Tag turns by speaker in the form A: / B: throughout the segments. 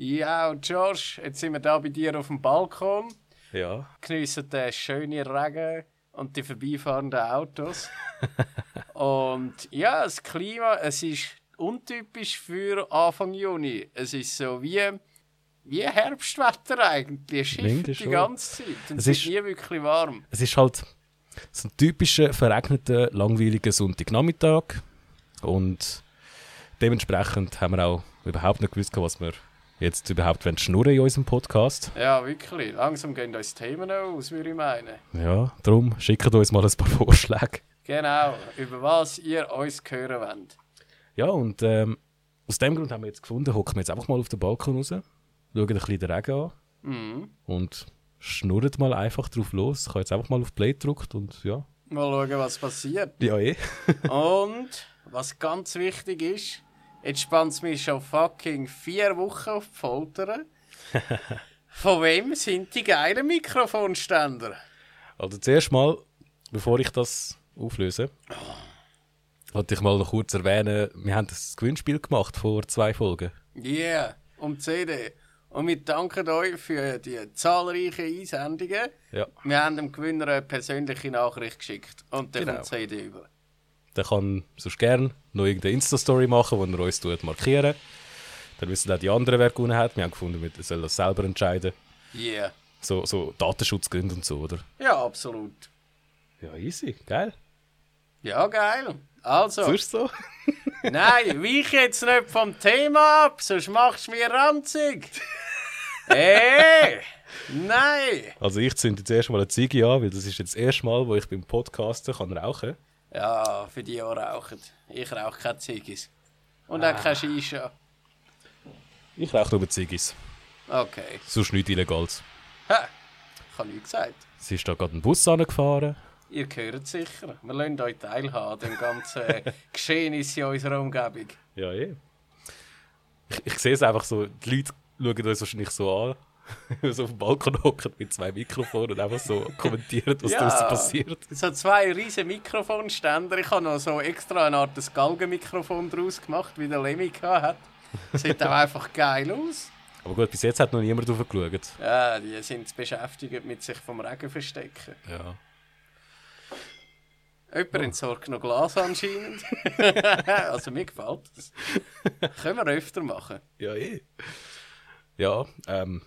A: Ciao, George. Jetzt sind wir da bei dir auf dem Balkon,
B: Ja.
A: geniessen den schönen Regen und die vorbeifahrenden Autos. und ja, das Klima, es ist untypisch für Anfang Juni. Es ist so wie, wie Herbstwetter eigentlich. Es schifft
B: Irgendwie
A: die
B: schon.
A: ganze Zeit und
B: Es
A: es ist
B: ist-
A: nie wirklich warm.
B: Es ist halt so ein typischer, verregneter, langweiliger Sonntagnachmittag. Und dementsprechend haben wir auch überhaupt nicht gewusst, was wir jetzt überhaupt wollen schnurren in unserem Podcast.
A: Ja, wirklich. Langsam gehen uns die Themen aus, würde ich meinen.
B: Ja, darum schickt uns mal ein paar Vorschläge.
A: Genau, über was ihr uns hören wollt.
B: Ja, und ähm, aus dem Grund haben wir jetzt gefunden, hocken wir jetzt einfach mal auf den Balkon raus, schauen ein bisschen den Regen an und schnurren mal einfach drauf los. Ich habe jetzt einfach mal auf Play gedrückt und ja.
A: Mal schauen, was passiert.
B: Ja, eh.
A: Und was ganz wichtig ist, jetzt spannt es mich schon fucking vier Wochen auf die Folter. Von wem sind die geilen Mikrofonständer?
B: Also zuerst mal, bevor ich das auflöse, wollte ich mal noch kurz erwähnen, wir haben das Gewinnspiel gemacht vor zwei Folgen.
A: Yeah, um die CD. Und wir danken euch für die zahlreichen Einsendungen.
B: Ja.
A: Wir haben dem Gewinner eine persönliche Nachricht geschickt und der
B: Genau.
A: kommt die CD über.
B: Der kann sonst gerne noch irgendeine Insta-Story machen, wo er uns tut markieren. Dann wissen auch die anderen, wer gewonnen hat. Wir haben gefunden, wir sollen das selber entscheiden.
A: Yeah.
B: So, so Datenschutzgründe und so, oder?
A: Ja, absolut.
B: Ja, easy. Geil.
A: Ja, geil. Also.
B: Sonst so?
A: Nein, weich jetzt nicht vom Thema ab, sonst machst du mich ranzig. Ey! Nein!
B: Also ich zünde jetzt erstmal eine Ziege an, weil das ist jetzt das erste Mal, wo ich beim Podcasten kann rauchen kann.
A: Ja, für die, die rauchen. Ich rauche keine Ziggis. Und auch keine Shisha.
B: Ich rauche nur Ziggis.
A: Okay.
B: Sonst nichts Illegales.
A: Ha! Ich habe nichts gesagt.
B: Es ist da gerade ein Bus angefahren.
A: Ihr hört sicher. Wir lassen euch teilhaben an dem ganzen Geschehnis in unserer Umgebung.
B: Ja, eh. Ich, ich sehe es einfach so, die Leute schauen uns wahrscheinlich so an, wenn wir so auf dem Balkon hocken mit zwei Mikrofonen und einfach so kommentieren, was
A: Ja.
B: draußen passiert.
A: So zwei riesen Mikrofonständer. Ich habe noch so extra eine Art ein Galgenmikrofon draus gemacht, wie der Lemmy hat. Sieht auch einfach geil aus.
B: Aber gut, bis jetzt hat noch niemand drauf geschaut.
A: Ja, die sind beschäftigt mit sich vom Regen verstecken.
B: Ja.
A: Jemand entsorgt noch Glas anscheinend. also mir gefällt das. Können wir öfter machen.
B: Ja, eh. Ja, ähm,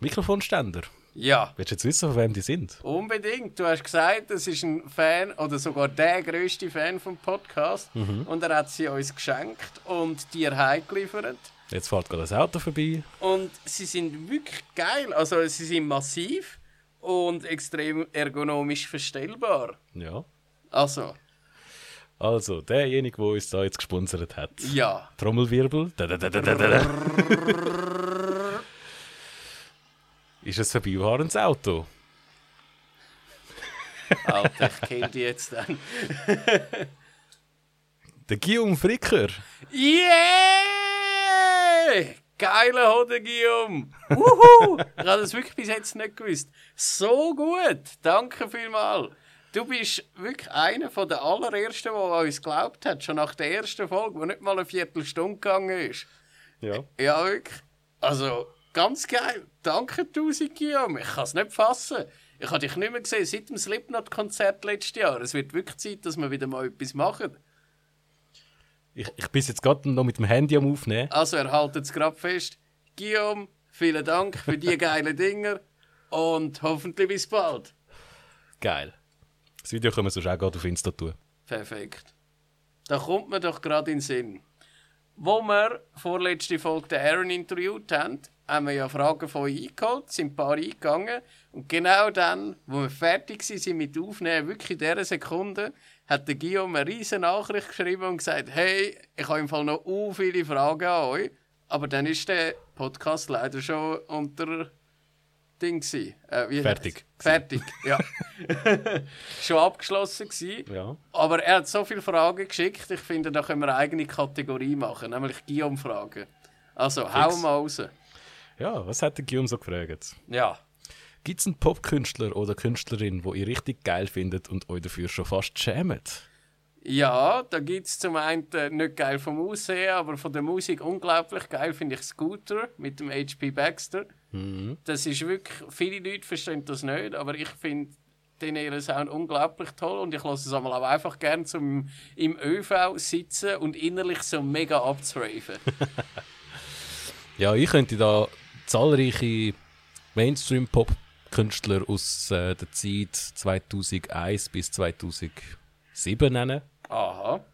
B: Mikrofonständer.
A: Ja,
B: Willst du jetzt wissen, von wem die sind?
A: unbedingt. Du hast gesagt, das ist ein Fan oder sogar der grösste Fan vom Podcast. Und er hat sie uns geschenkt und dir heimgeliefert.
B: Jetzt fährt gerade ein Auto vorbei.
A: Und sie sind wirklich geil. Also sie sind massiv und extrem ergonomisch verstellbar.
B: Ja.
A: Also,
B: Also, derjenige, der uns da jetzt gesponsert hat.
A: ja.
B: Trommelwirbel. Da, da, da, da, da, da. Ist es vorbeifahrens Auto?
A: Alter, ich kill die jetzt dann.
B: Der Guillaume Fricker.
A: Yeah! Geiler Hoden, Guillaume! Wuhu! ich habe das wirklich bis jetzt nicht gewusst. So gut! Danke vielmals! Du bist wirklich einer von den allerersten, der an uns geglaubt hat, schon nach der ersten Folge, wo nicht mal eine Viertelstunde gegangen ist.
B: Ja.
A: Ja, wirklich. Also, ganz geil. Danke, tausend, Guillaume. Ich kann es nicht fassen. Ich habe dich nicht mehr gesehen seit dem Slipknot-Konzert letztes Jahr. Es wird wirklich Zeit, dass wir wieder mal etwas machen.
B: Ich, ich bin jetzt gerade noch mit dem Handy am Aufnehmen.
A: Also, er haltet es gerade fest. Guillaume, vielen Dank für die geilen Dinger und hoffentlich bis bald.
B: Geil. Das Video können wir sonst auch gerade auf Insta tun.
A: Perfekt. Da kommt mir doch gerade in den Sinn. Wo wir vorletzte Folge den Aaron interviewt haben, haben wir ja Fragen von euch eingeholt, sind ein paar eingegangen. Und genau dann, wo wir fertig waren mit Aufnehmen, wirklich in dieser Sekunde, hat der Guillaume eine riesen Nachricht geschrieben und gesagt, hey, ich habe im Fall noch u viele Fragen an euch. Aber dann ist der Podcast leider schon unter Ding gewesen. äh, wie
B: Fertig.
A: heisst's? Fertig, ja. schon abgeschlossen gewesen.
B: Ja.
A: Aber er hat so viele Fragen geschickt, ich finde, da können wir eine eigene Kategorie machen, nämlich Guillaume-Fragen. Also, hau mal raus.
B: Ja, was hat der Guillaume so gefragt?
A: Ja.
B: Gibt es einen Popkünstler oder Künstlerin, wo ihr richtig geil findet und euch dafür schon fast schämt?
A: Ja, da gibt es zum einen äh, nicht geil vom Aussehen, aber von der Musik unglaublich geil finde ich Scooter mit dem HP Baxter. Das ist wirklich, viele Leute verstehen das nicht, aber ich finde den ihren Sound unglaublich toll und ich lasse es einmal auch einfach gern zum im ÖV sitzen und innerlich so mega abzuraven.
B: Ja, ich könnte da zahlreiche Mainstream-Pop-Künstler aus äh, der Zeit 2001 bis 2007 nennen.
A: Aha.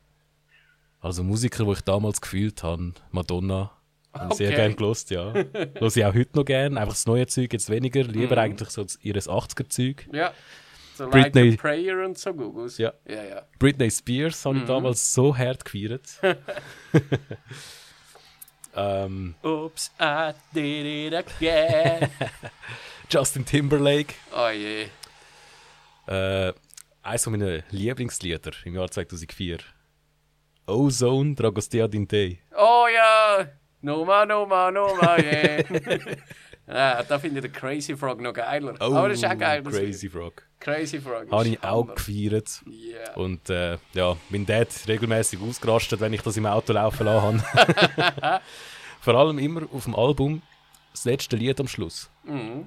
B: Also Musiker, die ich damals gefühlt habe. Madonna. Habe ich sehr
A: Okay.
B: gerne gelost, ja. Los ich auch heute noch gerne. Einfach das neue Zeug jetzt weniger. Lieber eigentlich so das- ihres 80er-Zeug.
A: Ja. So
B: Britney-
A: like a prayer und so Googles.
B: Ja.
A: Ja, ja.
B: Britney Spears habe ich damals so hart gefeiert. ähm,
A: Oops, I did it again.
B: Justin Timberlake.
A: oh je.
B: Äh, eines meiner Lieblingslieder im Jahr 2004. Ozone, Dragostea Dinte.
A: Oh ja! Nummer, Nummer, Nummer, yeah! ah, da finde ich den Crazy Frog noch geiler. Aber das ist auch geil. das
B: Oh, Crazy Frog.
A: Lied. Crazy Frog.
B: Habe
A: ist
B: ich auch
A: Hammer.
B: gefeiert.
A: Yeah.
B: Und äh, ja, mein Dad regelmäßig ausgerastet, wenn ich das im Auto laufen lassen habe. Vor allem immer auf dem Album das letzte Lied am Schluss.
A: Mhm.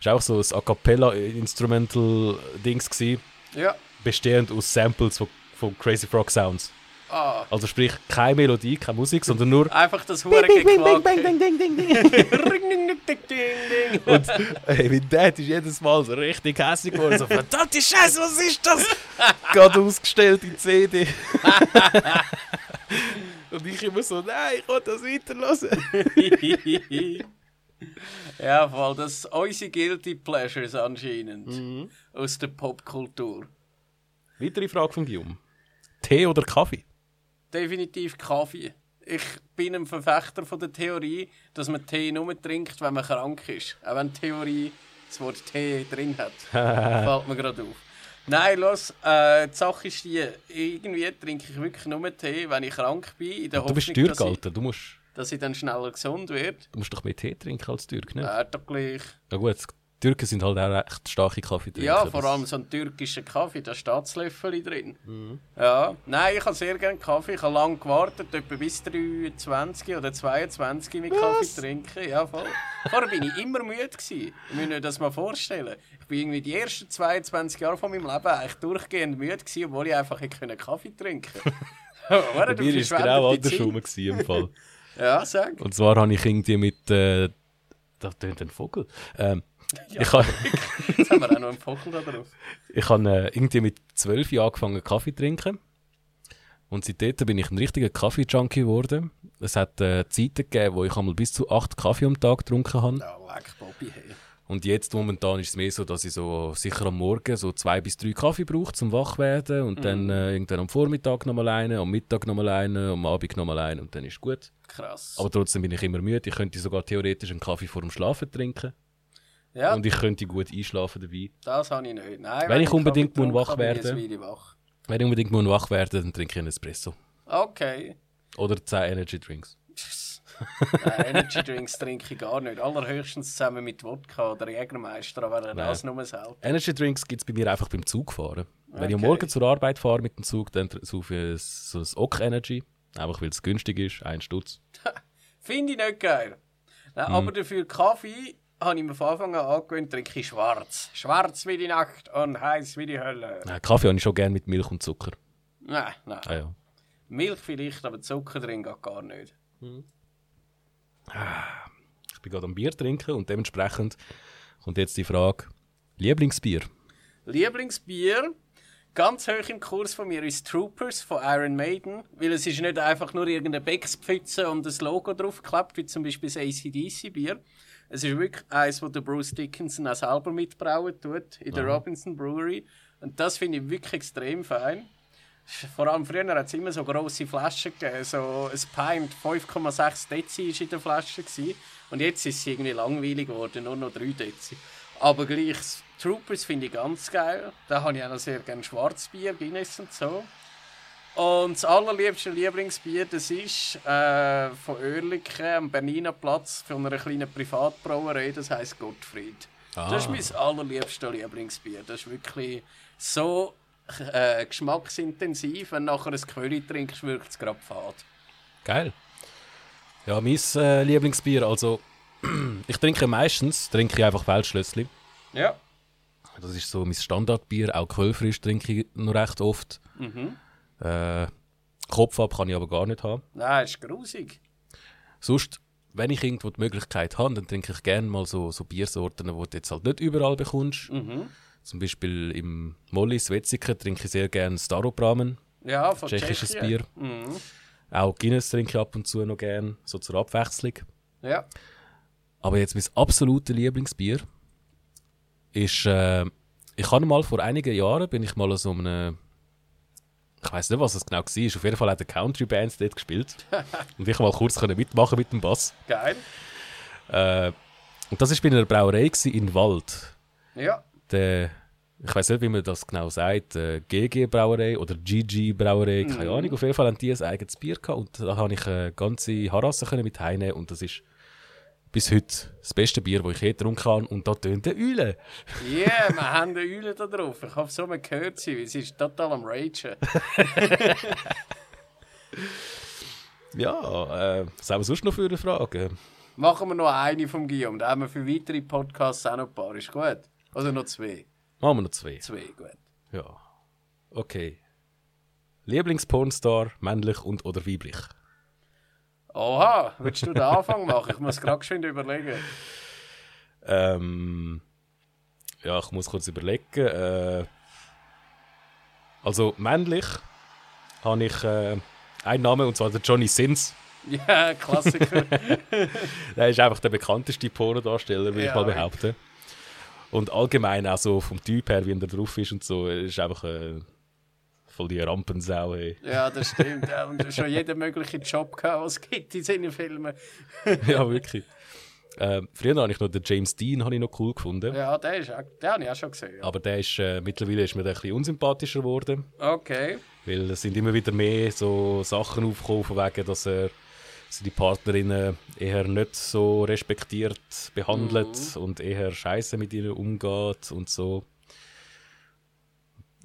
B: Ist auch so ein A Cappella Instrumental Dings gewesen,
A: Ja.
B: bestehend aus Samples von, von Crazy Frog Sounds.
A: Ah.
B: Also sprich, keine Melodie, keine Musik, sondern nur
A: Einfach das hure Gequake.
B: ding, ding,
A: Ring,
B: ding.
A: ding, ding, ding, ding, ding.
B: Und ey, mein Dad ist jedes Mal so richtig hässlich geworden. So, verdammte Scheiße, was ist das? Gerade ausgestellt in CD. Und ich immer so, nein, ich will das weiterhören.
A: ja, voll. Das sind unsere Guilty Pleasures anscheinend.
B: Mm.
A: Aus der Popkultur.
B: Weitere Frage von Guillaume. Tee oder Kaffee?
A: Definitiv Kaffee. Ich bin ein Verfechter von der Theorie, dass man Tee nur trinkt, wenn man krank ist. Auch wenn die Theorie das Wort Tee drin hat. fällt mir gerade auf. Nein, los, äh, die Sache ist die, irgendwie trinke ich wirklich nur Tee, wenn ich krank bin, in der
B: Du bist
A: Hoffnung,
B: Türk,
A: dass ich,
B: Alter. Du musst,
A: dass ich dann schneller gesund werde.
B: du musst doch mehr Tee trinken als Türk, ne?
A: Äh, doch gleich.
B: Ja gut, die Türken sind halt auch recht starke Kaffeetrinker.
A: Ja, vor
B: das-
A: allem so ein türkischer Kaffee, da steht das Löffel drin.
B: Mhm.
A: Ja, nein, ich habe sehr gerne Kaffee. Ich habe lange gewartet, etwa bis 23 oder 22 mit Kaffee trinken. Ja, voll. Vorher bin ich immer müde. Gewesen. Ich muss mir das mal vorstellen. Ich bin irgendwie die ersten 22 Jahre von meinem Leben eigentlich durchgehend müde, gewesen, obwohl ich einfach hätte können Kaffee trinken
B: Bei
A: konnte.
B: mir war es genau andersrum gewesen, im Fall.
A: Ja, sag.
B: Und zwar habe ich irgendwie mit. Äh, da tönt ein Vogel. Ähm, Ich habe
A: Jetzt haben wir auch noch einen Vogel da drauf.
B: ich hab, äh, irgendwie mit zwölf Jahren angefangen Kaffee zu trinken. Und seitdem bin ich ein richtiger Kaffee-Junkie geworden. Es hat äh, Zeiten gegeben, wo ich einmal bis zu acht Kaffee am Tag getrunken habe.
A: Ja, leck, Bobby. Hey.
B: Und jetzt momentan ist es mehr so, dass ich so sicher am Morgen so zwei bis drei Kaffee brauche, zum wach werden. Und dann äh, irgendwann am Vormittag nochmal einen, am Mittag nochmal einen, am Abend nochmal einen und dann ist gut.
A: Krass.
B: Aber trotzdem bin ich immer müde. Ich könnte sogar theoretisch einen Kaffee vor dem Schlafen trinken.
A: ja,
B: Und ich könnte gut einschlafen dabei.
A: Das habe ich nicht. Nein,
B: Wenn ich unbedingt
A: Kaffee
B: muss
A: trinke,
B: wach
A: bin ich
B: werden.
A: jetzt wieder wach.
B: Wenn ich unbedingt mal wach werde, dann trinke ich einen Espresso.
A: Okay.
B: Oder 10 Energy Drinks.
A: Nein, Energy Drinks trinke ich gar nicht. Allerhöchstens zusammen mit Wodka oder Jägermeister, aber er das nur selten.
B: Energy Drinks gibt es bei mir einfach beim Zugfahren. Wenn ich
A: Okay.
B: morgen zur Arbeit fahre mit dem Zug, dann tr- saufe ich ein- so ein Ock Energy. Einfach weil es günstig ist, ein Stutz.
A: Finde ich nicht geil. Nein, Aber dafür Kaffee habe ich mir von Anfang an angewöhnt, trinke ich schwarz. Schwarz wie die Nacht und heiß wie die Hölle.
B: Nein, Äh, Kaffee habe ich schon gerne mit Milch und Zucker.
A: Nein, nein.
B: Ah, ja.
A: Milch vielleicht, aber Zucker drin geht gar nicht.
B: Ich bin gerade am Bier trinken und dementsprechend kommt jetzt die Frage: Lieblingsbier?
A: Lieblingsbier. Ganz hoch im Kurs von mir ist Troopers von Iron Maiden, weil es ist nicht einfach nur irgendeine Beckspfütze und das Logo draufgeklebt, wie zum Beispiel das ACDC-Bier. Es ist wirklich eins, das der Bruce Dickinson auch selber mitbrauen tut, in der Robinson Brewery. Und das finde ich wirklich extrem fein. Vor allem früher hat es immer so grosse Flaschen gegeben. So ein Pint 5,6 Dezi war in der Flasche. Gewesen. Und jetzt ist sie irgendwie langweilig geworden, nur noch 3 Dezi. Aber gleich, das Troopers finde ich ganz geil. Da habe ich auch noch sehr gerne Schwarzbier, Guinness und so. Und das allerliebste Lieblingsbier, das ist äh, von Oerlikon am Berniner Platz von einer kleinen Privatbrauerei, das
B: Ah.
A: heißt Gottfried. Das ist mein allerliebste Lieblingsbier. Das ist wirklich so äh, geschmacksintensiv. Wenn du nachher ein Köli trinkst, wirkt es gerade fad.
B: Geil. Ja, mein äh, Lieblingsbier, also ich trinke meistens, trinke ich einfach Weltschlössli.
A: Ja.
B: Das ist so mein Standardbier, auch Kölfrisch trinke ich noch recht oft. Äh, Kopf ab kann ich aber gar nicht haben.
A: Nein, ist grusig.
B: Sonst, wenn ich irgendwo die Möglichkeit habe, dann trinke ich gerne mal so, so Biersorten, die du jetzt halt nicht überall bekommst. Zum Beispiel im Mollis Wetzigen trinke ich sehr gerne Staropramen,
A: Ja, von
B: tschechisches
A: Tschechien.
B: Bier. Auch Guinness trinke ich ab und zu noch gerne, so zur Abwechslung.
A: Ja.
B: Aber jetzt mein absolutes Lieblingsbier ist, äh, ich habe mal vor einigen Jahren, bin ich mal an so einem, ich weiß nicht, was es genau war, auf jeden Fall hat eine Country Band dort gespielt. und ich habe mal kurz können mitmachen mit dem Bass.
A: Geil.
B: Äh, und das war bei einer Brauerei gewesen in Wald.
A: Ja.
B: Der, Äh, ich weiß nicht, wie man das genau sagt, äh, GG Brauerei oder GG Brauerei, keine Ahnung. Auf jeden Fall haben die ein eigenes Bier gehabt und da habe ich eine ganze Harasse können mit heine und das ist bis heute das beste Bier, das ich je getrunken habe und da tönt eine Eule.
A: Yeah, wir haben eine Eule da drauf. Ich hoffe, so man gehört sie, weil sie ist total am Ragen.
B: Ja, äh, was haben wir sonst noch für eine Frage?
A: Machen wir noch eine vom Guillaume. Da haben wir für weitere Podcasts auch noch ein paar. Ist gut. Also noch zwei.
B: Machen wir noch zwei.
A: Zwei, gut.
B: Ja. Okay. Lieblingspornstar, männlich und oder weiblich?
A: Oha, willst du den Anfang machen? Ich muss gerade geschwind überlegen.
B: Ähm, ja, ich muss kurz überlegen. Äh, also männlich habe ich äh, einen Namen und zwar der Johnny Sins.
A: Ja, Klassiker.
B: Der ist einfach der bekannteste Pornodarsteller, würde
A: Ja,
B: ich mal
A: wirklich.
B: behaupten. Und allgemein auch so vom Typ her, wie er drauf ist und so, er ist einfach äh, voll die Rampensau. Ey.
A: Ja, das stimmt. Ja, und schon jeden möglichen Job gehabt, was es gibt in seinen Filmen.
B: ja, wirklich. Ähm, früher habe ich noch den James Dean habe ich noch cool gefunden.
A: Ja, den, ist auch, den habe ich auch schon gesehen. ja.
B: Aber der ist, äh, mittlerweile ist mir der ein bisschen unsympathischer geworden.
A: Okay.
B: Weil es sind immer wieder mehr so Sachen aufgekommen, von wegen, dass er seine Partnerinnen eher nicht so respektiert behandelt und eher scheiße mit ihnen umgeht und so.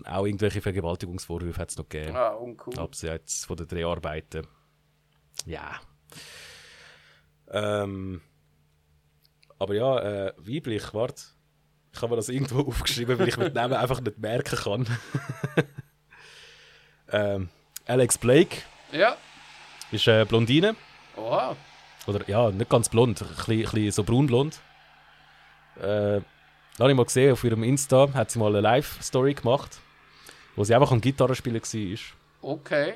B: Auch irgendwelche Vergewaltigungsvorwürfe hat es noch gegeben,
A: Ah, uncool.
B: abseits von den Dreharbeiten. Ja. Ähm, aber ja, äh, weiblich, warte. Ich habe mir das irgendwo aufgeschrieben, weil ich mit Namen einfach nicht merken kann. ähm, Alex Blake
A: Ja.
B: ist eine Blondine.
A: Oha.
B: Oder ja, nicht ganz blond, ein bisschen, ein bisschen so braunblond. Äh, da habe ich mal gesehen, auf ihrem Insta hat sie mal eine Live-Story gemacht, wo sie einfach am Gitarrespielen war.
A: Okay.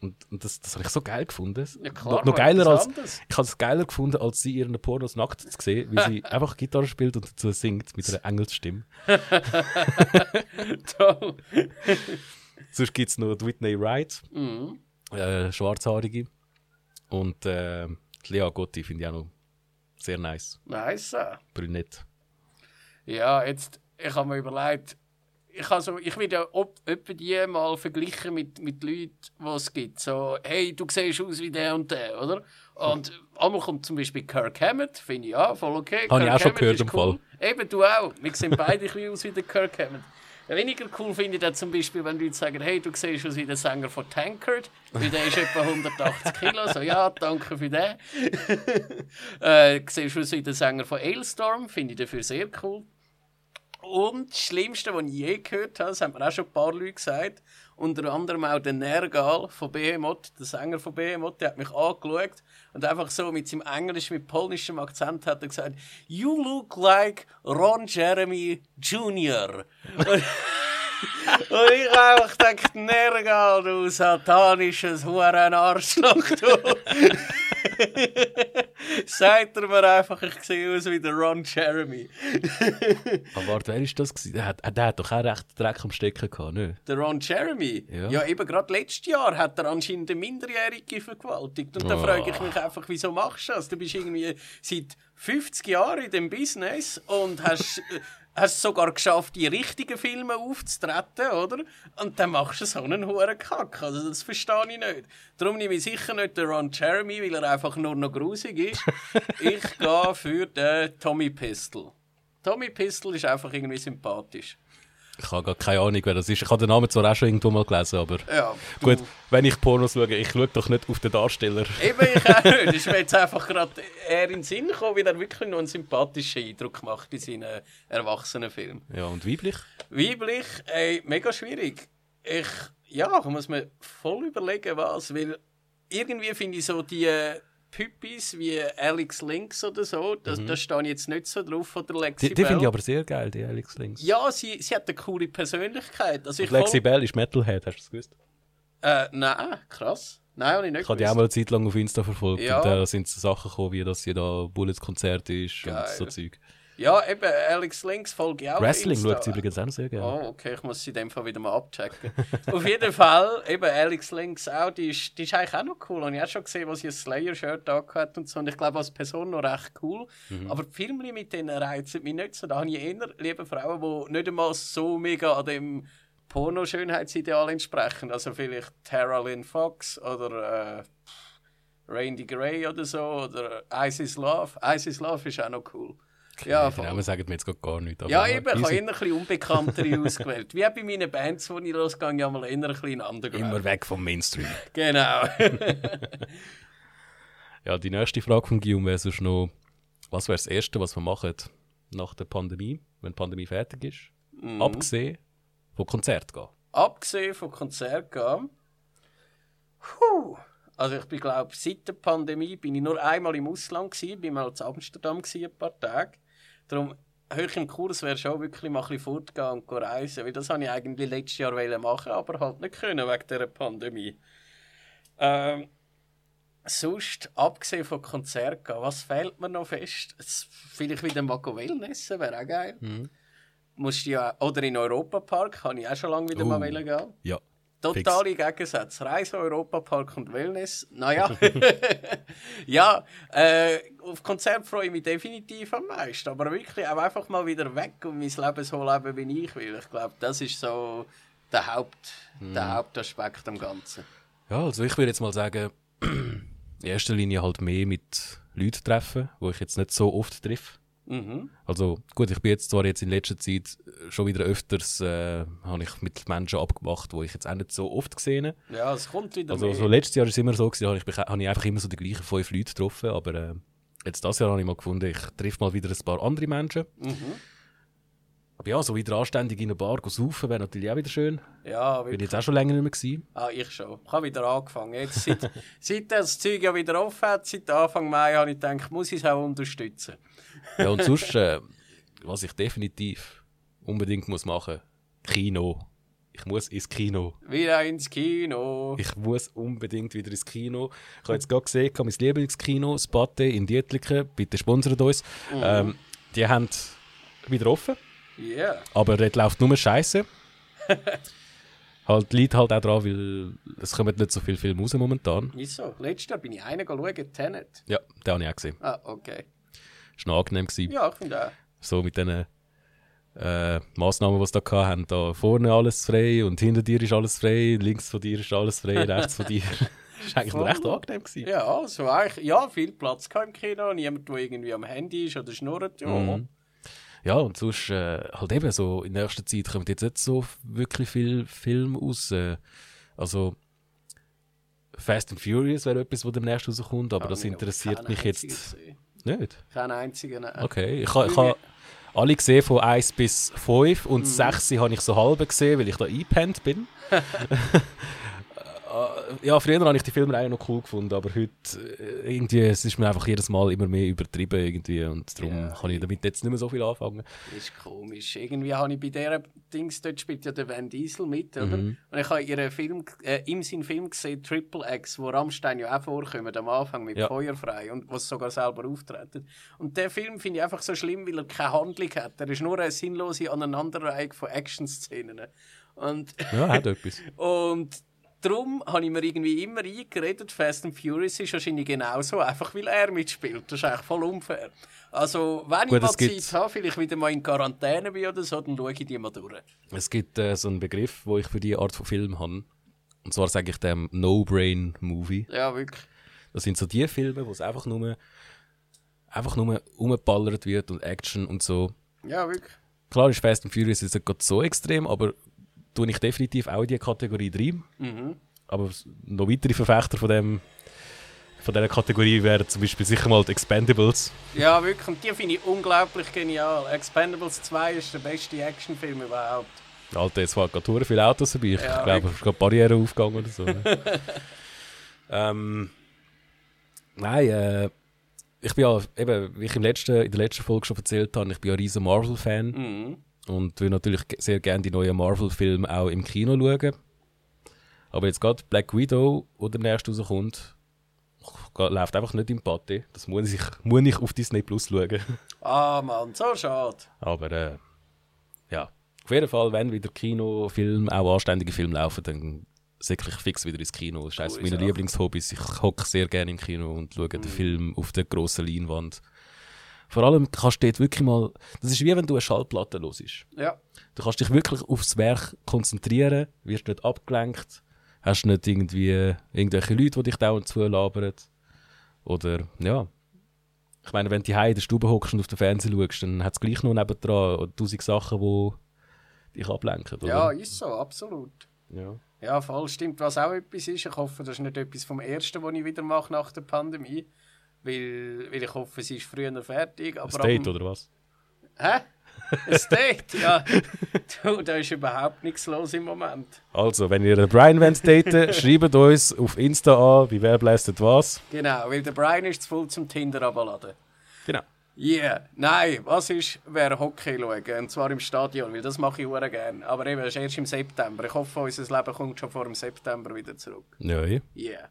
B: Und, und das, das habe ich so geil gefunden.
A: Ja, klar,
B: noch, noch geiler
A: etwas
B: als,
A: anderes.
B: ich habe es geiler gefunden, als sie ihren Pornos nackt zu sehen, weil sie einfach Gitarre spielt und dazu singt mit einer Engelsstimme.
A: Toll.
B: Sonst gibt es noch die Whitney Wright,
A: Mhm.
B: äh, Schwarzhaarige. Und äh, die Lea Gotti finde ich auch noch sehr nice.
A: Nice.
B: Brünett.
A: Ja, jetzt, ich habe mir überlegt, ich, habe so, ich werde ja ob, etwa die mal vergleichen mit, mit Leuten, die es gibt. So, hey, du siehst aus wie der und der,
B: Hm.
A: oder? Und einmal kommt zum Beispiel Kirk Hammett, finde ich ja, voll okay.
B: Habe ich
A: Kirk
B: auch schon
A: Hammett
B: gehört
A: ist
B: im
A: Eben, du auch. Wir sehen beide ein bisschen aus wie der Kirk Hammett. Weniger cool finde ich das zum Beispiel, wenn Leute sagen, hey, du siehst aus wie der Sänger von Tankard, weil der ist etwa 180 Kilo, so ja, danke für den. äh, siehst aus wie der Sänger von Aylstorm, finde ich dafür sehr cool. Und das Schlimmste, was ich je gehört habe, das haben mir auch schon ein paar Leute gesagt, unter anderem auch der Nergal von Behemoth, der Sänger von Behemoth, der hat mich angeschaut und einfach so mit seinem englischen, mit polnischem Akzent hat er gesagt, «You look like Ron Jeremy Jr.» Und- Und ich habe einfach gedacht, Nergal, du satanisches Hurenarschloch, du. Sagt er mir einfach, ich sehe aus wie der Ron Jeremy.
B: Aber warte, wer ist das? gewesen? Der hat, der hat doch auch recht Dreck am Stecken gehabt, ne?
A: Der Ron Jeremy?
B: Ja.
A: Ja, eben gerade letztes Jahr hat er anscheinend eine Minderjährige vergewaltigt. Und da
B: Oh.
A: frage ich mich einfach, wieso machst du das? Du bist irgendwie seit 50 Jahren in dem Business und hast, äh, hast sogar geschafft, die richtigen Filme aufzutreten, oder? Und dann machst du so einen hohen Kack. Also das verstehe ich nicht. Darum nehme ich sicher nicht den Ron Jeremy, weil er einfach nur noch grusig ist. ich gehe für den Tommy Pistol. Tommy Pistol ist einfach irgendwie sympathisch.
B: Ich habe gar keine Ahnung, wer das ist. Ich habe den Namen zwar auch schon irgendwo mal gelesen, aber
A: Ja,
B: gut, wenn ich Pornos schaue, ich schaue doch nicht auf den Darsteller.
A: Eben, ich auch nicht. Ist mir jetzt einfach gerade eher in den Sinn gekommen, weil er wirklich noch einen sympathischen Eindruck macht bei seinen erwachsenen Filmen.
B: Ja, und weiblich?
A: Weiblich, ey, mega schwierig. Ich, ja, ich muss mir voll überlegen, was, weil irgendwie finde ich so die Püppis wie Alex Links oder so, das, da stehe ich jetzt nicht so drauf oder Lexi
B: Mhm. Die, die
A: Bell.
B: finde ich aber sehr geil, die Alex Links.
A: ja, sie, sie hat eine coole Persönlichkeit. Also ich
B: Lexi
A: voll,
B: Bell ist Metalhead, hast du es gewusst?
A: äh, nein, krass. Nein, habe ich nicht
B: Ich habe die auch mal eine Zeit lang auf Insta verfolgt
A: Ja.
B: und da sind so Sachen gekommen, wie dass sie da Bullets-Konzert ist
A: Geil.
B: und so Zeug.
A: Ja, eben, Alex Links folge ich auch. auf
B: Wrestling
A: Insta.
B: schaut sie übrigens auch sehr gerne.
A: Oh, okay, ich muss sie in dem Fall wieder mal abchecken. Auf jeden Fall, eben Alex Links auch, die ist, die ist eigentlich auch noch cool. Und ich habe schon gesehen, was sie ein Slayer-Shirt hat und so. Und ich glaube, als Person noch recht cool. Aber die Filme mit denen reizen mich nicht so. Da habe ich eher liebe Frauen, die nicht einmal so mega an dem Porno-Schönheitsideal entsprechen. Also vielleicht Tara Lynn Fox oder äh, Randy Gray oder so. Oder Isis Love. Isis Love ist auch noch cool. Ja,
B: die
A: voll.
B: Namen sagen mir jetzt gerade gar nichts. aber
A: Ja, eben, ich habe
B: easy.
A: eher ein bisschen unbekanntere ausgewählt. Wie auch bei meinen Bands, wo ich losgehe, ja mal eher ein bisschen Underground.
B: Immer weg vom Mainstream.
A: Genau.
B: Ja, die nächste Frage von Guillaume wäre sonst noch, was wäre das Erste, was wir machen nach der Pandemie, wenn die Pandemie fertig ist?
A: Mhm.
B: Abgesehen von Konzert gehen.
A: Abgesehen von Konzert gehen. Puh. Also ich bin, glaube seit der Pandemie bin ich nur einmal im Ausland gewesen, bin mal zu Amsterdam gewesen, ein paar Tage. Darum, hoch im Kurs wäre schon wirklich mal ein bisschen fortgehen und gehen reisen, weil das habe ich eigentlich letztes Jahr wollen machen, aber halt nicht können wegen dieser Pandemie. Ähm, sonst, abgesehen von Konzert gehen, was fehlt mir noch fest? Es- Vielleicht wieder mal go Wellnessen, wäre auch geil. Musst ja, oder in den Europapark, kann ich auch schon lange wieder mal
B: Oh.
A: wollen gehen.
B: Ja.
A: Totale Gegensätze. Reise, Europapark und Wellness. Naja. ja, äh, auf Konzert freue ich mich definitiv am meisten. Aber wirklich auch einfach mal wieder weg und mein Leben so leben, wie ich will. Ich glaube, das ist so der, Haupt,
B: Mhm.
A: der Hauptaspekt am Ganzen.
B: Ja, also ich würde jetzt mal sagen, in erster Linie halt mehr mit Leuten treffen, wo ich jetzt nicht so oft treffe.
A: Mhm.
B: Also gut, ich bin jetzt zwar jetzt in letzter Zeit schon wieder öfters, äh, habe ich mit Menschen abgemacht, wo ich jetzt auch nicht so oft gesehen habe.
A: Ja, es kommt wieder
B: Also
A: mehr.
B: so letztes Jahr war es immer so, gewesen, habe ich, mich- habe ich einfach immer so die gleichen fünf Leute getroffen, aber äh, jetzt das Jahr habe ich mal gefunden, ich treffe mal wieder ein paar andere Menschen.
A: Mhm.
B: Aber ja, so wieder anständig in eine Bar gehen, saufen, wäre natürlich auch wieder schön.
A: Ja,
B: Bin
A: wirklich.
B: jetzt auch schon länger nicht mehr gewesen.
A: Ah, ich schon. Ich habe wieder angefangen. Jetzt, seit, seit das Zeug ja wieder offen hat, seit Anfang Mai, habe ich gedacht, muss ich es auch unterstützen.
B: Ja und sonst, äh, was ich definitiv unbedingt muss machen, Kino. Ich muss ins Kino.
A: Wieder ins Kino.
B: Ich muss unbedingt wieder ins Kino. Ich habe jetzt gerade gesehen, ich habe mein Lieblingskino, das Pate in Dietliken, bitte sponsert uns. Ähm, die haben wieder offen.
A: Ja.
B: Aber dort läuft nur Scheiße. halt, liegt halt auch daran, weil es kommen nicht so viele Filme raus momentan.
A: Wieso? Letztes Jahr bin ich einen schauen, Tenet.
B: Ja, den habe ich auch gesehen.
A: Ah, okay.
B: Das war noch angenehm. Gewesen.
A: Ja, ich finde auch.
B: So mit diesen äh, Massnahmen, die sie da hatten. Da vorne alles frei und hinter dir ist alles frei, links von dir ist alles frei, rechts von dir. Das war eigentlich noch recht angenehm. Gewesen.
A: Ja, also eigentlich, ja, viel Platz gehabt im Kino. Niemand, der irgendwie am Handy ist oder schnurrt. Ja.
B: Mhm. Ja, und sonst äh, halt eben so, in nächster Zeit kommt jetzt nicht so f- wirklich viel Film raus. Äh, also Fast and Furious wäre etwas, was demnächst rauskommt, aber
A: Habe
B: das
A: ich noch
B: interessiert
A: keinen
B: mich jetzt
A: einzigen gesehen.
B: nicht.
A: Keinen einzigen. nein.
B: Okay, ich, ha- ich habe alle gesehen von 1 bis 5 und 6 habe ich so halb gesehen, weil ich da eingepennt bin. Äh, ja, früher habe ich die Filme eigentlich noch cool gefunden, aber heute äh, irgendwie, es ist mir einfach jedes Mal immer mehr übertrieben irgendwie und darum
A: Ja.
B: kann ich damit jetzt nicht mehr so viel anfangen.
A: Ist komisch. Irgendwie habe ich bei dieser Dings, dort spielt ja der Van Diesel mit, oder? Und ich habe ihren Film, äh, ihm seinen Film gesehen, Triple X, wo Rammstein ja auch vorkommt, am Anfang mit
B: Ja.
A: Feuerfrei und was sogar selber auftreten. Und der Film finde ich einfach so schlimm, weil er keine Handlung hat. Er ist nur eine sinnlose Aneinanderreihung von Action-Szenen. Und
B: Ja, hat etwas.
A: Und darum habe ich mir irgendwie immer eingeredet, Fast and Furious ist wahrscheinlich genauso, einfach weil er mitspielt. Das ist eigentlich voll unfair. Also, wenn
B: Gut,
A: ich mal
B: es gibt-
A: Zeit habe, vielleicht wieder mal in Quarantäne bin oder so, dann schaue ich die mal durch.
B: Es gibt äh, so einen Begriff, wo ich für diese Art von Film habe. Und zwar sage ich dem No-Brain-Movie.
A: Ja, wirklich.
B: Das sind so die Filme, wo es einfach nur einfach nur umgeballert wird und Action und so.
A: Ja, wirklich.
B: Klar ist Fast and Furious jetzt nicht gerade so extrem, aber tue ich definitiv auch in die Kategorie drin. Aber s- noch weitere Verfechter von, dem, von dieser Kategorie wären zum Beispiel sicher mal die Expendables.
A: Ja, wirklich. Und die finde ich unglaublich genial. Expendables 2 ist der beste Actionfilm überhaupt.
B: Alter, jetzt fahren gerade verdammt viele Autos dabei. Ich
A: Ja,
B: glaube, es
A: wirklich.
B: ist gerade Barriere aufgegangen oder so. ne? ähm, nein, äh, ich bin ja, eben, wie ich im letzten, in der letzten Folge schon erzählt habe, ich bin ja ein riesen Marvel-Fan.
A: Mhm.
B: und will natürlich ge- sehr gerne die neuen Marvel-Filme auch im Kino schauen. Aber jetzt gerade Black Widow, der demnächst rauskommt, ge- läuft einfach nicht im Pate. Das muss ich, muss ich auf Disney Plus schauen.
A: Ah, Mann, so schade.
B: Aber äh, ja, auf jeden Fall, wenn wieder Kinofilme, auch anständige Filme laufen, dann säckle ich fix wieder ins Kino. Das ist eines
A: Coole
B: meiner
A: Sache.
B: Lieblingshobbys. Ich hocke sehr gerne im Kino und schaue den Film auf der grossen Leinwand. Vor allem kannst du dort wirklich mal... Das ist wie wenn du eine Schallplatte hörst.
A: Ja.
B: Du kannst dich wirklich aufs Werk konzentrieren, wirst nicht abgelenkt, hast nicht irgendwie irgendwelche Leute, die dich dauernd zulabern. Oder, ja. Ich meine, wenn du hier in der Stube hockst und auf den Fernseher schaust, dann hat es gleich noch nebendran tausend Sachen, die dich ablenken.
A: ja,
B: Oder?
A: ist so, absolut.
B: ja.
A: Ja, voll stimmt. Was auch etwas ist, ich hoffe, das ist nicht etwas vom Ersten, was ich wieder mache nach der Pandemie. Weil, weil ich hoffe, es ist früher fertig. Aber
B: Das Date,
A: ab,
B: oder was?
A: Hä? Ein Date, ja. Du, da ist überhaupt nichts los im Moment.
B: Also, wenn ihr den Brian wollt daten, schreibt uns auf Insta an, wie wer blästet was.
A: Genau, weil der Brian ist zu voll zum Tinder abladen.
B: Genau.
A: Yeah, nein, was ist, wer Hockey schauen, und zwar im Stadion, weil das mache ich sehr gerne. Aber eben, es ist erst im September. Ich hoffe, unser Leben kommt schon vor dem September wieder zurück.
B: Ja, ja.
A: Yeah.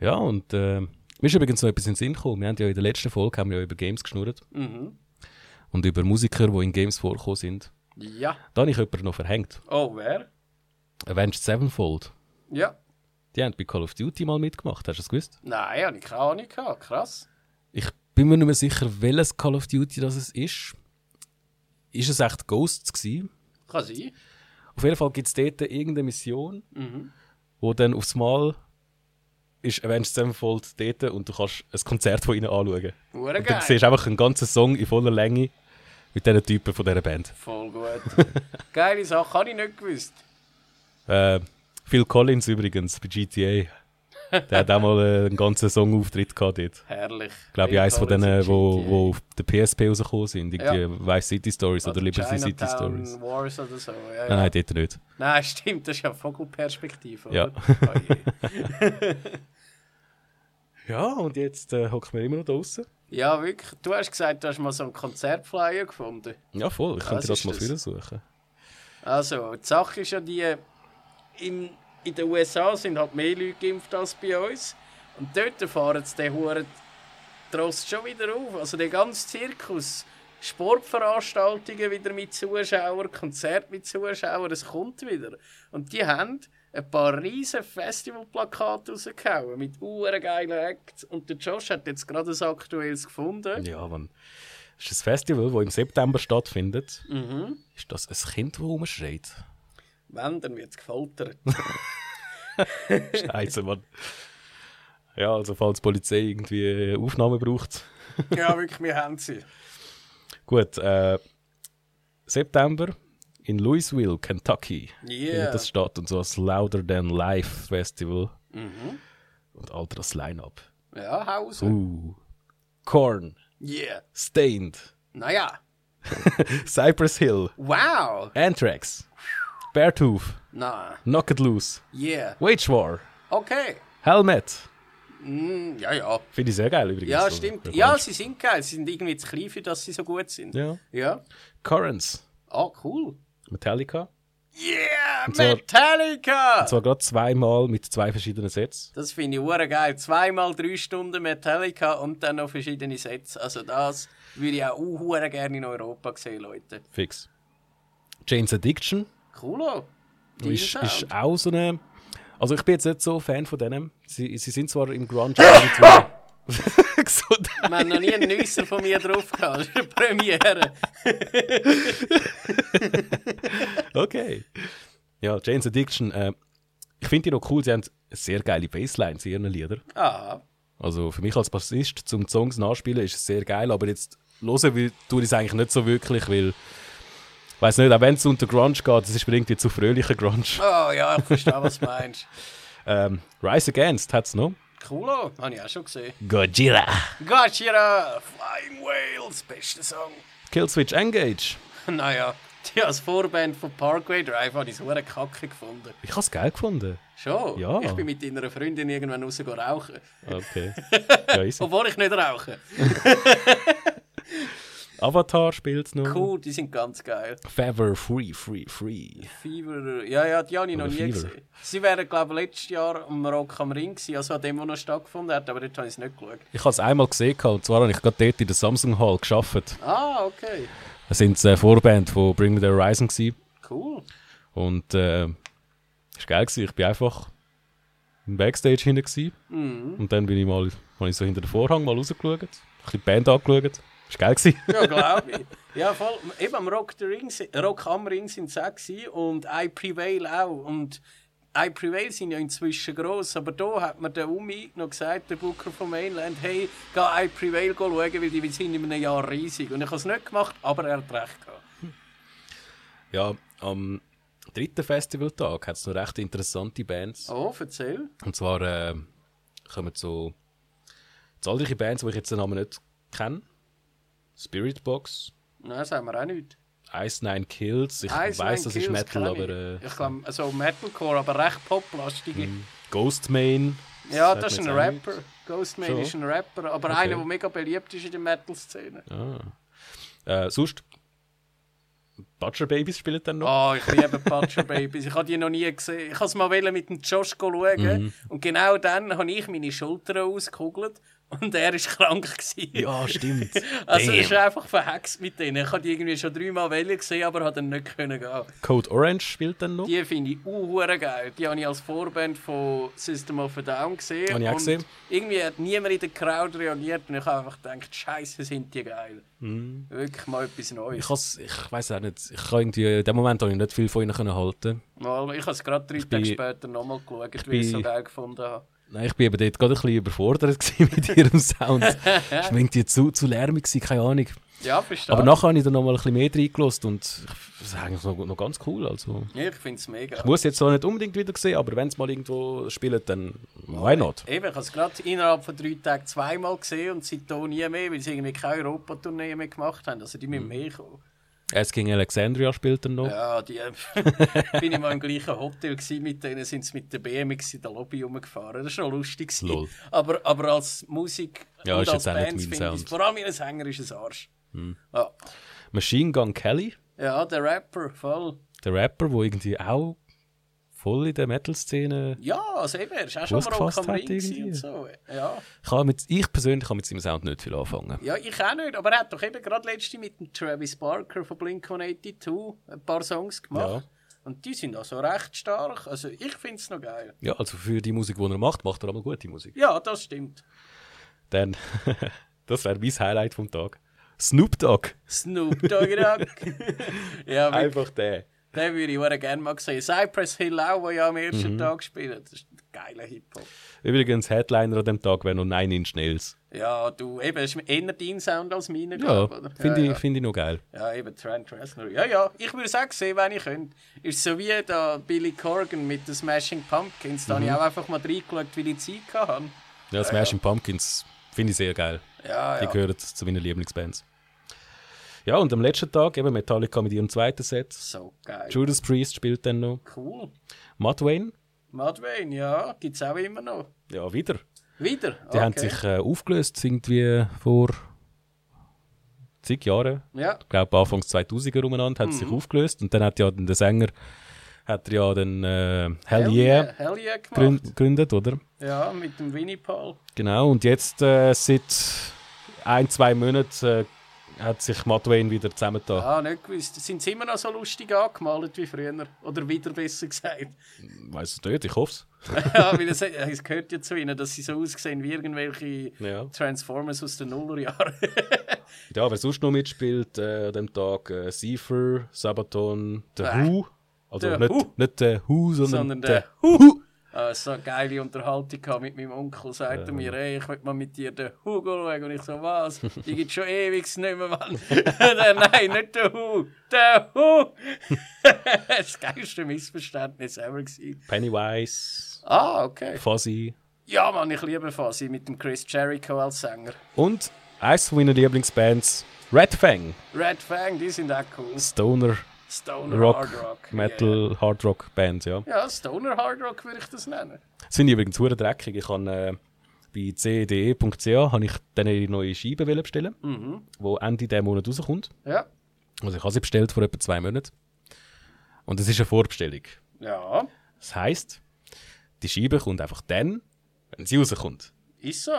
B: Ja, und äh, mir ist übrigens noch etwas in den Sinn gekommen. Wir haben ja in der letzten Folge haben wir ja über Games geschnurrt. Und über Musiker, die in Games vorgekommen sind.
A: Ja.
B: Da habe ich jemanden noch verhängt.
A: Oh, wer?
B: Avenged Sevenfold.
A: Ja.
B: Die haben bei Call of Duty mal mitgemacht, hast du das gewusst?
A: Nein, habe ich keine Ahnung gehabt. Krass.
B: Ich bin mir nicht mehr sicher, welches Call of Duty das es ist. Ist es echt Ghosts gewesen?
A: Kann sein.
B: Auf jeden Fall gibt es dort irgendeine Mission,
A: Mhm.
B: wo dann aufs Mal ist Avenged Sevenfold dort und du kannst ein Konzert von ihnen anschauen.
A: Hure
B: Und dann
A: geil.
B: siehst du einfach einen ganzen Song in voller Länge mit diesen Typen von dieser Band.
A: Voll gut. Geile Sache, habe ich nicht gewusst.
B: Äh, Phil Collins übrigens bei GTA. Der hat auch mal äh, einen ganzen Songauftritt gehabt dort.
A: Herrlich.
B: Ich glaube, eins von denen, wo,
A: GTA.
B: wo auf der PSP rausgekommen sind. Irgendwie Vice City Stories
A: Also
B: oder Liberty City
A: Chinatown
B: Stories. Äh,
A: Wars oder so. Ja, ja.
B: Nein, nein, dort nicht.
A: Nein, stimmt, das ist ja Vogelperspektive.
B: Ja.
A: Oder? Oh je.
B: Ja, und jetzt äh, hocken wir immer noch draußen.
A: ja, wirklich. Du hast gesagt, du hast mal so einen Konzertflyer gefunden.
B: Ja, voll. Ich
A: was
B: könnte das
A: ist
B: mal
A: das?
B: für suchen.
A: Also, die Sache ist ja die, in, in den USA sind halt mehr Leute geimpft als bei uns. Und dort fahren sie den Huren Trost schon wieder auf. Also der ganze Zirkus, Sportveranstaltungen wieder mit Zuschauern, Konzerte mit Zuschauern, es kommt wieder. Und die haben ein paar riesen Festivalplakate rausgehauen mit uren geilen Acts. Und der Josh hat jetzt gerade ein aktuelles gefunden.
B: Ja, man. Ist das Festival, das im September stattfindet? Ist das ein Kind, das rumschreit?
A: Wenn, dann wird es gefoltert.
B: Scheiße, Mann. Ja, also falls die Polizei irgendwie Aufnahmen braucht.
A: ja, wirklich, wir haben sie.
B: Gut, äh, September in Louisville, Kentucky.
A: Yeah.
B: Das steht und so als Louder Than Life Festival. Und alter, das Line-Up.
A: Ja, Hausen.
B: Uh. Korn,
A: Yeah.
B: Stained,
A: Naja.
B: Cypress Hill,
A: Wow.
B: Anthrax, Beartooth,
A: Na,
B: Knock It Loose,
A: yeah.
B: Wage War,
A: Okay.
B: Helmet.
A: Mm, ja, ja.
B: Finde ich sehr geil übrigens.
A: Ja,
B: Also,
A: stimmt.
B: ich
A: Ja,
B: weiß.
A: sie sind geil. Sie sind irgendwie zu klein, für dass sie so gut sind.
B: ja.
A: Ja.
B: Currents,
A: Ah, cool.
B: Metallica.
A: Yeah,
B: zwar-
A: Metallica!
B: Zwar gerade zweimal mit zwei verschiedenen Sets.
A: Das finde ich hure geil. Zweimal drei Stunden Metallica und dann noch verschiedene Sets. Also das würde ich auch hure gerne in Europa sehen, Leute.
B: Fix. Jane's Addiction
A: Cool.
B: ist, ist
A: Sound.
B: auch so eine. Also ich bin jetzt nicht so Fan von denen. Sie, sie sind zwar im Grunge aber nicht so- Gesundheit.
A: Wir haben noch nie einen Nüsser von mir drauf gehabt. Das ist eine Premiere.
B: Okay. Ja, Jane's Addiction. Äh, ich finde die noch cool. Sie haben sehr geile Basslines in ihren Liedern.
A: Ah,
B: Also für mich als Bassist zum Songs nachspielen ist es sehr geil, aber jetzt hören will, tue ich es eigentlich nicht so wirklich, weil Weiß nicht, auch wenn es unter Grunge geht, das ist mir irgendwie zu fröhlicher Grunge.
A: Oh ja, ich verstehe, was du meinst.
B: Ähm, Rise Against hat es noch.
A: Cool, habe ich auch schon gesehen.
B: Godzilla.
A: Gotcha, äh, Flying Whales, bester Song.
B: Killswitch Engage.
A: Naja, die als Vorband von Parkway Drive habe ich so kacke gefunden.
B: Ich habe es geil gefunden.
A: Schon?
B: Ja.
A: Ich bin mit deiner Freundin irgendwann raus rauchen.
B: Okay. Ja, easy.
A: Obwohl ich nicht rauche.
B: Avatar spielt es noch.
A: Cool, die sind ganz geil.
B: Fever Free Free Free.
A: Fever, ja, ja, die habe ich noch
B: Oder
A: nie
B: Fever.
A: gesehen. Sie wären, glaube ich, letztes Jahr am Rock am Ring gewesen, also an dem, wo noch stattgefunden hat, aber dort habe ich es nicht geschaut.
B: Ich habe es einmal gesehen gehabt, und zwar habe ich gerade dort in der Samsung Hall geschafft.
A: Ah, okay.
B: Da sind sie eine Vorband von Bring Me The Horizon gewesen.
A: Cool.
B: Und äh, ist geil gewesen. Ich bin einfach im Backstage hinten gewesen. Und dann bin ich mal, habe ich so hinter den Vorhang mal rausgeschaut, ein bisschen die Band angeschaut. Ist geil gewesen.
A: Ja, glaube ich. Ja, voll. Eben am Rock, the Ring, si- Rock am Ring sind sie auch gewesen und I Prevail auch. Und I Prevail sind ja inzwischen gross, aber da hat mir der Umi noch gesagt, der Booker vom Mainland, hey, geh I Prevail schauen, weil die sind in einem Jahr riesig. Und ich habe es nicht gemacht, aber er hat recht gehabt.
B: Ja, am dritten Festivaltag hat es noch recht interessante Bands.
A: Oh, erzähl.
B: Und zwar äh, kommen so zahlreiche Bands, die ich jetzt den Namen nicht kenne. Spiritbox,
A: Nein, sagen wir auch nicht.
B: Ice Nine Kills, ich
A: Ice
B: weiß,
A: Nine
B: das ist
A: Kills kenn
B: Metal,
A: ich.
B: aber äh,
A: Ich glaube, also Metalcore, aber recht poplastige.
B: Ghostmane.
A: Ja,
B: sagt
A: das
B: mir
A: ist ein
B: jetzt auch nichts.
A: Rapper. Ghostman
B: Schon?
A: ist ein Rapper, aber
B: Okay.
A: einer, der mega beliebt ist in der Metal-Szene.
B: Äh, sonst, Butcher Babies spielen dann noch.
A: Oh, ich liebe Butcher Babies. Ich habe die noch nie gesehen. Ich wollte es mal wollen mit dem Josh schauen.
B: Mhm.
A: Und genau dann habe ich meine Schultern ausgekugelt und er war krank. Gewesen.
B: Ja, stimmt.
A: Also
B: Damn.
A: er ist einfach verhext mit denen. Ich habe die irgendwie schon dreimal wollen gesehen, aber habe dann nicht können gehen.
B: Code Orange spielt dann noch.
A: Die finde ich uhuere geil. Die habe ich als Vorband von System of a Down gesehen.
B: Habe ich auch
A: und
B: gesehen.
A: Irgendwie hat niemand in der Crowd reagiert und ich habe einfach gedacht, Scheiße, sind die geil. Wirklich mal etwas Neues.
B: Mhm. Ich, has- ich weiß auch nicht, ich kann irgendwie, in dem Moment habe ich nicht viel von ihnen können halten.
A: Mal, Ich habe es gerade drei Tage
B: bin-
A: später nochmal geschaut, weil ich es so
B: bin-
A: geil gefunden habe.
B: Nein, ich bin eben dort gerade ein bisschen überfordert gewesen mit ihrem Sound. Es war irgendwie zu, zu lärmig, gewesen, keine Ahnung.
A: Ja, verstehe.
B: Aber nachher habe ich dann noch mal ein bisschen mehr reingelassen und ich- das ist eigentlich noch, noch ganz cool. Also,
A: Ja, ich finde es mega.
B: ich muss jetzt zwar nicht unbedingt wieder sehen, aber wenn es mal irgendwo spielt, dann why not?
A: Eben, ich habe es gerade innerhalb von drei Tagen zweimal gesehen und seitdem nie mehr, weil sie irgendwie keine Europatournee mehr gemacht haben. Also die
B: Mhm.
A: müssen mehr kommen.
B: Es ging Alexandria spielt dann noch.
A: Ja, die äh, bin ich mal im gleichen Hotel gewesen, mit denen sind sie mit der BMX in der Lobby rumgefahren. Das war noch lustig. gewesen.
B: Lol.
A: Aber, aber als Musik
B: Ja,
A: und
B: ist
A: als
B: jetzt auch nicht
A: Band
B: mein
A: finde ich es.
B: Sound. Mhm.
A: Vor allem ihr Sänger ist ein Arsch. Ja.
B: Machine Gun Kelly,
A: ja, der Rapper, voll.
B: der Rapper, der irgendwie auch voll in der Metal-Szene.
A: Ja, also eben, er ist auch schon
B: Fuß
A: mal Rock am
B: gefasst hat
A: Ring gewesen und
B: irgendwie.
A: so. Ja.
B: Ich, kann mit- ich persönlich kann mit seinem Sound nicht viel anfangen.
A: Ja, ich auch nicht, aber er hat doch eben gerade letzte mit dem Travis Barker von Blink-182 ein paar Songs gemacht.
B: Ja.
A: Und die sind also recht stark. Also ich finde es noch geil.
B: Ja, also für die Musik, die er macht, macht er aber gute Musik.
A: Ja, das stimmt.
B: Dann, das wäre mein Highlight vom Tag. Snoop Dogg,
A: Snoop Doggy Dogg. ja, wirklich,
B: einfach der.
A: den würde ich auch gerne mal sehen. Cypress Hill auch, der ja am ersten
B: Mhm.
A: Tag spielt. Das ist ein geiler Hip-Hop.
B: Übrigens, Headliner an dem Tag wäre noch Nine Inch Nails.
A: Ja, du, eben, das ist eher dein Sound als meiner,
B: Ja,
A: glaub, oder?
B: finde
A: ja,
B: ich, find ich noch geil.
A: Ja. ja, eben Trent Reznor. Ja, ja, ich würde es auch sehen, wenn ich könnte. Ist so wie da Billy Corgan mit den Smashing Pumpkins. Da habe ich
B: Mhm.
A: auch einfach mal reingeschaut, weil ich Zeit hatte.
B: Ja, Smashing Pumpkins finde ich sehr geil.
A: Ja,
B: Die
A: ja.
B: gehören zu meinen Lieblingsbands. Ja, und am letzten Tag eben Metallica mit ihrem zweiten Set.
A: So geil.
B: Judas Priest spielt dann noch.
A: Cool.
B: Matt Wayne,
A: Madwayne, ja, gibt es auch immer noch.
B: ja, wieder.
A: Wieder.
B: Die haben sich äh, aufgelöst, irgendwie vor zig Jahren.
A: Ja,
B: Ich glaube, Anfang 2000er umeinander haben sie sich aufgelöst. Und dann hat ja dann der Sänger hat ja dann äh, Hell, Yeah,
A: Hell yeah gemacht.
B: grün- gegründet, oder?
A: Ja, mit dem Winnie Paul.
B: Genau, und jetzt äh, seit ein, zwei Monaten äh, hat sich Matt Wayne wieder zusammengetan.
A: Ah, nicht gewusst. Sind sie immer noch so lustig angemalt wie früher? Oder wieder besser gesagt.
B: Weiss es nicht, ich hoffe es.
A: ja, weil es, es gehört ja zu ihnen, dass sie so aussehen wie irgendwelche
B: Ja.
A: Transformers aus den Nullerjahren.
B: Ja, wer sonst noch mitspielt äh, an dem Tag? Äh, Cypher, Sabaton, The
A: Ah.
B: Who. Also
A: The
B: nicht,
A: Who.
B: nicht der Who, sondern,
A: Sondern der
B: Who.
A: äh, so eine geile Unterhaltung gehabt mit meinem Onkel. Sagt er mir, hey, ich will mal mit dir den Hugo schauen. Und ich so, was? Die gibt schon ewig nicht mehr, Mann. Dann, Nein, nicht der Hu, der Hu. das geilste Missverständnis ever gewesen.
B: Pennywise,
A: Ah, okay.
B: Fuzzy.
A: Ja, Mann, ich liebe Fuzzy mit dem Chris Jericho als Sänger.
B: Und eins von meinen Lieblingsbands, Red Fang.
A: Red Fang, die sind auch cool.
B: Stoner,
A: Stoner
B: Rock,
A: Hard Rock.
B: Metal, Hard Rock Band, ja.
A: Yeah. Ja, Stoner Hard Rock würde ich das nennen.
B: Das finde ich übrigens hure dreckig. Ich habe äh, bei E cde.ch habe ich dann ihre neue Scheibe wollen bestellen,
A: Mhm.
B: wo Ende diesen Monat rauskommt.
A: Ja.
B: Also ich habe sie bestellt vor etwa zwei Monaten. Und es ist eine Vorbestellung.
A: Ja,
B: Das heisst, die Scheibe kommt einfach dann, wenn sie rauskommt.
A: ist so.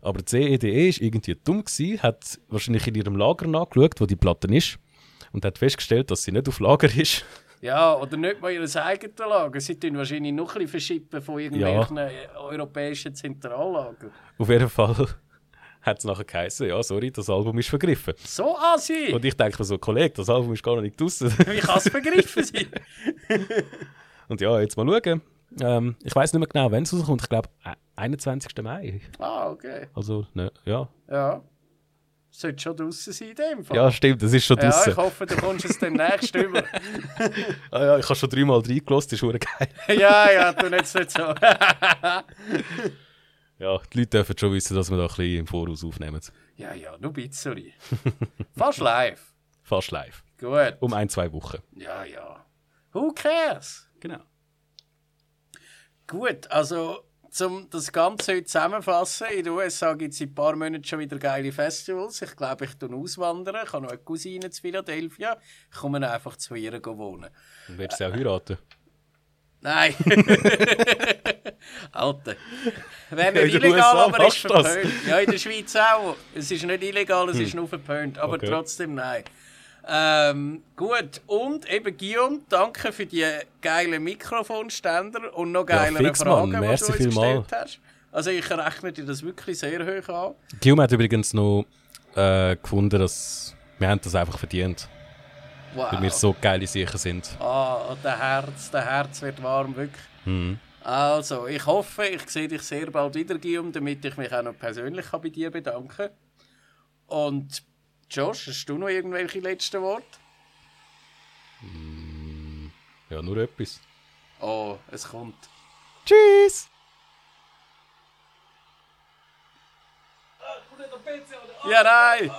B: Aber die CEDE E ist irgendwie dumm gewesen, hat wahrscheinlich in ihrem Lager nachgeschaut, wo die Platte ist, und hat festgestellt, dass sie nicht auf Lager ist.
A: Ja, oder nicht mal ihres eigenen Lager. Sie tun wahrscheinlich noch ein bisschen verschippen von irgendwelchen äh, europäischen Zentrallager.
B: Auf jeden Fall hat es nachher geheißen, ja, sorry, das Album ist vergriffen.
A: So asi!
B: Und ich denke mir so, Kollege, das Album ist gar noch nicht draußen.
A: Wie kann es begriffen sein?
B: und ja, jetzt mal schauen. Ähm, ich weiß nicht mehr genau, wenn es rauskommt. Ich glaube, 21. Mai.
A: ah, okay.
B: Also, ne, ja.
A: Ja. Sollte schon draußen sein in dem Fall.
B: Ja, stimmt, das ist schon
A: Ah. ja
B: draußen.
A: ich hoffe, du kommst es demnächst über.
B: ah, ja, ich habe schon dreimal reingelassen, das ist hure geil.
A: ja, ja, du jetzt nicht so.
B: Ja, die Leute dürfen schon wissen, dass wir da ein bisschen im Voraus aufnehmen.
A: ja, ja, nur ein bisschen. Fast live.
B: Fast live.
A: Gut.
B: Um ein, zwei Wochen.
A: Ja, ja. Who cares?
B: Genau.
A: Gut, also zum das Ganze heute zusammenfassen, in den USA gibt es in ein paar Monaten schon wieder geile Festivals. Ich glaube, ich tue auswandern, ich habe noch eine Cousine zu Philadelphia, ich komme dann einfach zu ihr go wohnen.
B: Dann wirst du sie auch heiraten.
A: Nein! Alter! Wenn
B: Ja,
A: nicht
B: in den
A: illegal,
B: USA
A: aber ist
B: machst du das. Hm.
A: verpönt. Ja, in der Schweiz auch. Es ist nicht illegal, es ist nur verpönt, aber
B: Okay.
A: trotzdem nein. Ähm, gut, und eben Guillaume, danke für die geilen Mikrofonständer und noch
B: Ja,
A: geilere
B: fix,
A: Fragen,
B: Mann.
A: die
B: Merci
A: du uns
B: vielmal.
A: gestellt hast. Also ich rechne dir das wirklich sehr hoch an.
B: Guillaume hat übrigens noch äh, gefunden, dass wir haben das einfach verdient,
A: Wow.
B: weil wir so geile Sicher sind.
A: Ah, der Herz, der Herz wird warm, wirklich. Also, ich hoffe, ich sehe dich sehr bald wieder, Guillaume, damit ich mich auch noch persönlich kann bei dir bedanken kann. Und Josh, hast du noch irgendwelche letzten Worte?
B: Ja, nur etwas.
A: Oh, es kommt.
B: Tschüss!
A: Ja, nein!